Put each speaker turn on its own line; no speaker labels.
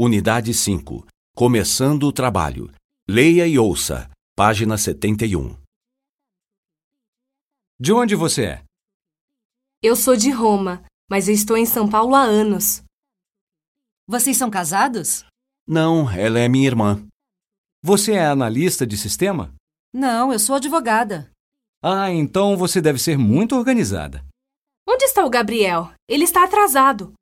Unidade 5. Começando o trabalho. Leia e ouça. Página 71.
De onde você é?
Eu sou de Roma, mas eu estou em São Paulo há anos.
Vocês são casados?
Não, ela é minha irmã.
Você é analista de sistema?
Não, eu sou advogada.
Ah, então você deve ser muito organizada.
Onde está o Gabriel? Ele está atrasado.